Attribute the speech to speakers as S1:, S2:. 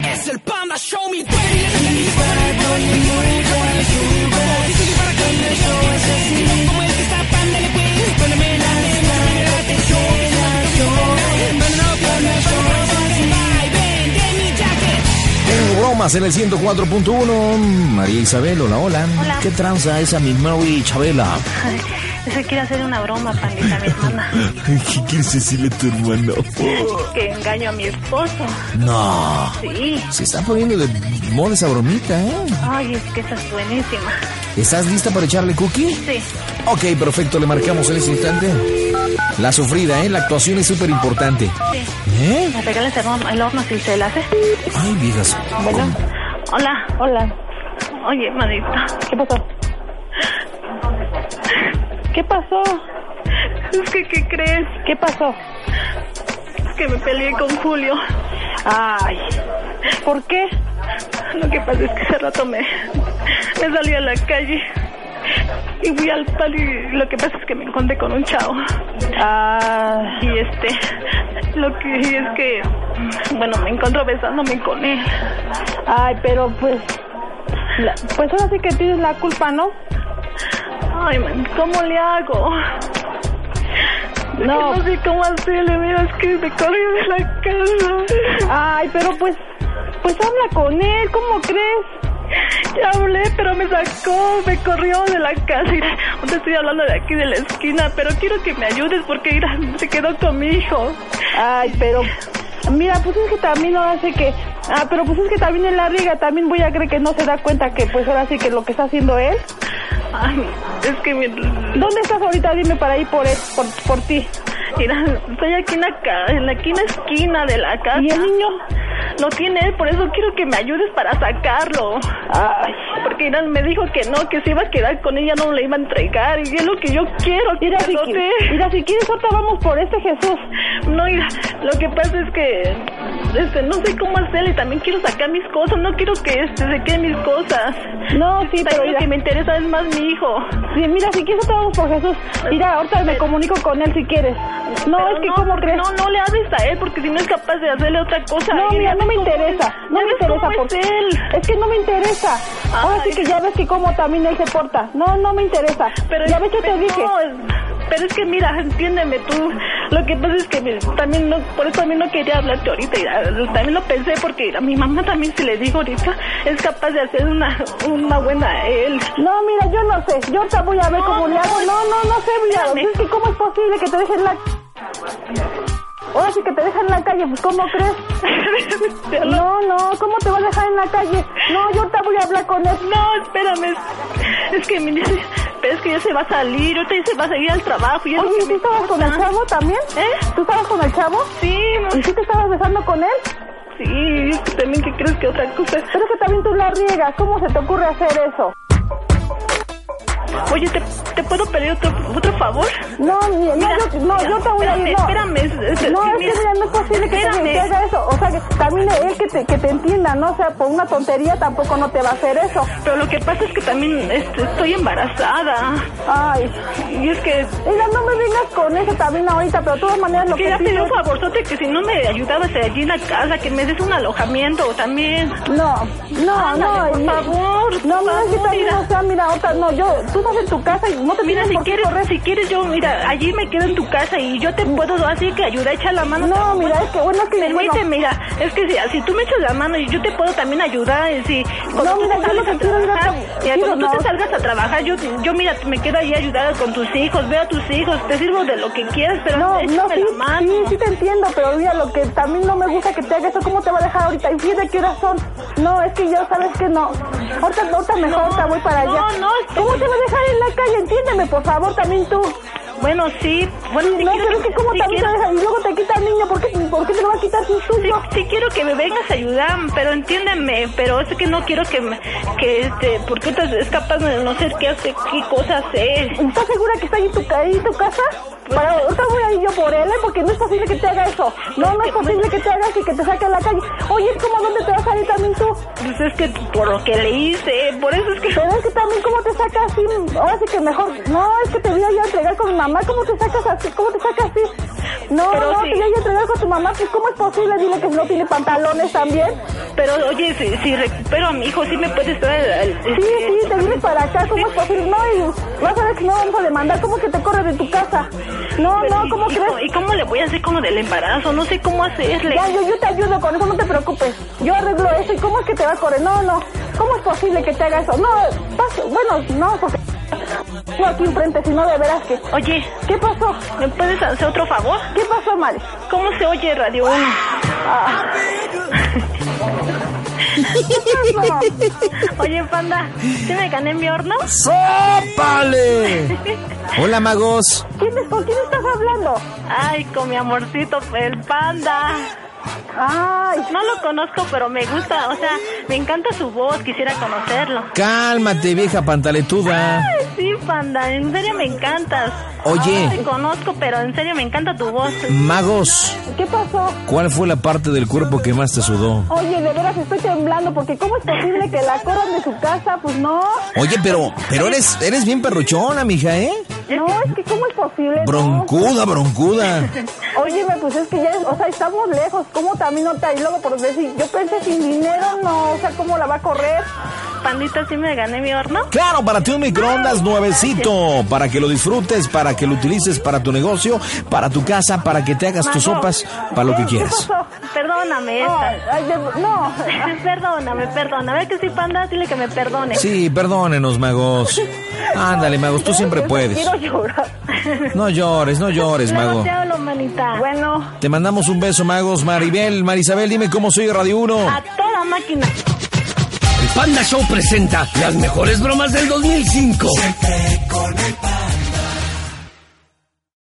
S1: Es el panda show, mi
S2: En Bromas en el 104.1, María Isabel, hola, hola.
S3: Hola.
S2: ¿Qué tranza esa mi Mary Chabela?
S3: Ay, Eso quiere hacer una broma, pandita, a mi hermana.
S2: ¿Qué quieres decirle a tu hermano?
S3: Que engaño a mi esposo.
S2: No.
S3: Sí.
S2: Se está poniendo de moda esa bromita, ¿eh?
S3: Ay, es que esa es buenísima.
S2: ¿Estás lista para echarle cookie?
S3: Sí.
S2: Ok, perfecto, le marcamos en ese instante. La sufrida, ¿eh? La actuación es súper importante.
S3: Sí.
S2: ¿Eh?
S3: ¿Me regalas el horno, el horno si se la hace?
S2: Ay, viejas.
S3: Bueno. Hola.
S4: Hola,
S3: Oye, manita.
S4: ¿qué pasó? ¿Qué pasó?
S3: Es que, ¿qué crees?
S4: ¿Qué pasó?
S3: Que me peleé con Julio.
S4: Ay, ¿por qué?
S3: Lo que pasa es que hace rato me, me salí a la calle. Y fui al pal y lo que pasa es que me encontré con un chavo.
S4: Ah,
S3: Y este, lo que es que, bueno, me encuentro besándome con él.
S4: ay, pero pues, la- pues ahora sí que tienes la culpa, ¿no?
S3: Ay, man, ¿cómo le hago? Es que
S4: No.
S3: no sé cómo hacerle, mira, es que me corrí de la casa.
S4: Ay, pero pues, pues habla con él, ¿cómo crees?
S3: Ya hablé, pero me sacó, me corrió de la casa. Mira, no te estoy hablando de aquí de la esquina, pero quiero que me ayudes porque mira, se quedó con mi hijo.
S4: Ay, pero, mira, pues es que también ahora sí que, ah, pero pues es que también en la riga también voy a creer que no se da cuenta que pues ahora sí que lo que está haciendo él.
S3: Ay, es que mi...
S4: ¿Dónde estás ahorita? Dime para ir por él, por, por ti.
S3: Mira, estoy aquí en la, ca- en la esquina, esquina de la casa.
S4: ¿Y el niño?
S3: Lo tiene él, por eso quiero que me ayudes para sacarlo.
S4: Ay.
S3: Porque Irán me dijo que no, que se iba a quedar con ella, no le iba a entregar. Y es lo que yo quiero,
S4: Mira si,
S3: no sé.
S4: mira, si quieres, ahorita vamos por este Jesús.
S3: No, mira, lo que pasa es que este, no sé cómo hacerle. También quiero sacar mis cosas, no quiero que este, se queden mis cosas.
S4: No, sí,
S3: También
S4: pero
S3: lo
S4: mira,
S3: que me interesa es más mi hijo.
S4: sí, mira, si quieres, ahorita vamos por Jesús. Mira, ahorita me comunico con él si quieres. No,
S3: Pero
S4: es que, ¿cómo
S3: porque
S4: crees?
S3: No, no le hables a él porque si no es capaz de hacerle otra cosa.
S4: No,
S3: a él.
S4: mira,
S3: Ya
S4: no me
S3: ves cómo
S4: interesa.
S3: es,
S4: No
S3: ya
S4: me
S3: ves
S4: interesa.
S3: cómo
S4: porque-
S3: es él.
S4: Es que no me interesa. Ahora sí
S3: Ay.
S4: que ya ves que cómo también él se porta. No, no me interesa.
S3: Pero
S4: ya ves que te
S3: pero
S4: dije.
S3: no, es- pero es que mira, entiéndeme tú. Lo que pasa es que mi- también no, por eso también no quería hablarte ahorita. y, ah, También lo pensé porque a mi mamá también si le digo ahorita es capaz de hacer una una buena a él.
S4: No, mira, yo no sé. Yo ahorita voy a ver
S3: No,
S4: cómo le
S3: no,
S4: hago. No, no, no sé, mira.
S3: espérame.
S4: Es que, ¿cómo es posible que te dejen la... Ahora sí que te dejan en la calle, pues ¿cómo crees? No, no, ¿cómo te va a dejar en la calle? No, yo ahorita voy a hablar con él.
S3: No, espérame. Es que me dice, pero es que ya se va a salir, ahorita ya se va a seguir al trabajo. y es lo
S4: Oye,
S3: que
S4: ¿y
S3: me
S4: tú estabas con el
S3: importa.
S4: chavo también?
S3: ¿Eh?
S4: ¿Tú estabas con el chavo?
S3: Sí, no,
S4: ¿Y sí te estabas besando con él?
S3: sí, es que también que crees que otra cosa.
S4: Pero es que también tú la riegas. ¿Cómo se te ocurre hacer eso?
S3: Oye, ¿te, te puedo pedir otro, otro favor?
S4: No, ni- no,
S3: Mira,
S4: yo, no, yo te voy a ir. No.
S3: espérame, espérame, es- es-
S4: No, es que
S3: mira,
S4: mira, no es posible que te-
S3: espérame.
S4: te haga eso. O sea, que también él que te, que te entienda, ¿no? O sea, por una tontería tampoco no te va a hacer eso.
S3: Pero lo que pasa es que también este, estoy embarazada.
S4: Ay,
S3: Y es que,
S4: mira, no pues me vengas con eso también ahorita, pero de todas maneras lo que
S3: quería pedir
S4: pido
S3: un favorzote que si no me ayudabas allí en la casa, que me des un alojamiento también.
S4: No, no,
S3: Ándale,
S4: no.
S3: por
S4: y-
S3: favor,
S4: No,
S3: por
S4: mira, es que
S3: favor,
S4: también,
S3: mira.
S4: o sea, mira, ahorita, no, yo, tú estás en tu casa y no te
S3: Mira,
S4: tienes
S3: si
S4: por qué
S3: quieres,
S4: correr.
S3: si quieres yo, mira, allí me quedo en tu casa y yo te puedo así que ayuda, echa la mano.
S4: Mm. No, mira, es que bueno, es que bueno,
S3: Permíteme, mira, es que si, si tú me echas la mano, yo te puedo también ayudar. y Si, cuando tú
S4: mira,
S3: te
S4: yo
S3: salgas
S4: lo que
S3: a
S4: quiero es
S3: trabajar,
S4: darte-
S3: mira,
S4: quiero,
S3: cuando tú
S4: no.
S3: te salgas a trabajar, yo, yo mira, me quedo ahí a ayudar con tus hijos, veo a tus hijos, te sirvo de lo que quieras, pero
S4: No,
S3: échame
S4: no, sí,
S3: la mano.
S4: sí, sí te entiendo, pero mira, lo que también no me gusta que te haga eso, ¿cómo te va a dejar ahorita? ¿Y fíjate qué horas son? No, es que yo sabes que no. Ahorita, ahorita mejor,
S3: No,
S4: ahorita voy para
S3: no,
S4: allá.
S3: no, es que-
S4: ¿Cómo te va a dejar en la calle? Entiéndeme, por favor, también tú.
S3: Bueno, sí. Bueno, sí
S4: No,
S3: quiero
S4: pero es que cómo
S3: sí
S4: también
S3: quiero-
S4: te dejan, y luego te quita el niño, ¿por qué, por qué te lo va a quitar tu
S3: Sí,
S4: suyo?
S3: sí quiero que me vengas a ayudar, pero entiéndeme, pero es que no quiero que, me- que este, porque otras es capaz de no sé qué hace, qué cosa hacer.
S4: ¿Estás segura que está ahí tu, ca- ahí tu casa? Para, ahorita voy a ir yo por él, ¿eh? porque no es posible que te haga eso. No, no es posible que te hagas y que te saque a la calle. Oye, es como dónde te vas a ir también tú.
S3: Pues es que por lo que le hice, por eso es que...
S4: Pero es que también cómo te sacas así, ahora sí que mejor, no, es que te voy a ir a entregar con mi mamá, ¿cómo te sacas así? ¿Cómo te sacas así? No,
S3: Pero
S4: no,
S3: sí.
S4: te voy a ir a entregar con tu mamá, pues ¿cómo es posible? Dile que no tiene pantalones también.
S3: Pero oye, si, si recupero a mi hijo, sí me puedes traer... al- este,
S4: Sí, sí, te vienes para acá, ¿cómo es posible? No, y vas a ver que no vamos a demandar, ¿cómo que te corre de tu casa? No,
S3: Pero,
S4: no,
S3: ¿y-
S4: ¿cómo
S3: y,
S4: crees?
S3: ¿Y cómo le voy a hacer con lo del embarazo? No sé cómo hacerle.
S4: Ya, yo, yo te ayudo con eso, no te preocupes. Yo arreglo eso. ¿Y cómo es que te va a correr? No, no. ¿Cómo es posible que te haga eso? No, paso. Bueno, no, porque... No aquí enfrente, si no de veras que...
S3: Oye,
S4: ¿Qué pasó?
S3: ¿me puedes hacer otro favor?
S4: ¿Qué pasó, Mari?
S3: ¿Cómo se oye Radio 1?
S4: Ah. ¿Qué pasó?
S3: Oye, panda, ¿sí me gané mi horno?
S2: ¡Sópale! Hola, magos.
S4: ¿Quién es- ¿Con quién estás hablando?
S3: Ay, con mi amorcito, el panda.
S4: Ay,
S3: No lo conozco, pero me gusta, o sea, me encanta su voz, quisiera conocerlo.
S2: Cálmate, vieja pantaletuda.
S3: Ay, sí, panda, en serio me encantas.
S2: Oye.
S3: No te conozco, pero en serio me encanta tu voz.
S2: Magos,
S4: ¿qué pasó?
S2: ¿cuál fue la parte del cuerpo que más te sudó?
S4: Oye, de veras estoy temblando porque ¿cómo es posible que la corran de su casa? Pues no.
S2: Oye, pero, pero eres, eres bien perruchona, mija, ¿eh?
S4: No, es que ¿cómo es posible? No.
S2: Broncuda, broncuda.
S4: Óyeme, pues es que ya, o sea, estamos lejos, ¿cómo también no te y luego por decir, yo pensé sin dinero, no, o sea, ¿cómo la va a correr?
S3: Pandita, ¿sí me gané mi horno?
S2: Claro, para ti un microondas nuevecito, para que lo disfrutes, para que lo utilices para tu negocio, para tu casa, para que te hagas tus sopas, para lo que
S4: ¿Qué
S2: quieras.
S4: pasó?
S3: Perdóname,
S4: No,
S3: esta.
S4: ay, de- no,
S3: Perdóname, perdóname. Que sí, panda, dile que me perdone.
S2: Sí, perdónenos, magos. Ándale, magos, tú siempre puedes.
S4: quiero llorar.
S2: No llores, no llores,
S3: Luego
S2: mago.
S3: te hablo, manita.
S4: Bueno,
S2: Te mandamos un beso, magos. Maribel, Marisabel, dime cómo soy Radio 1.
S3: A toda máquina.
S1: El Panda Show presenta las mejores bromas del 2005.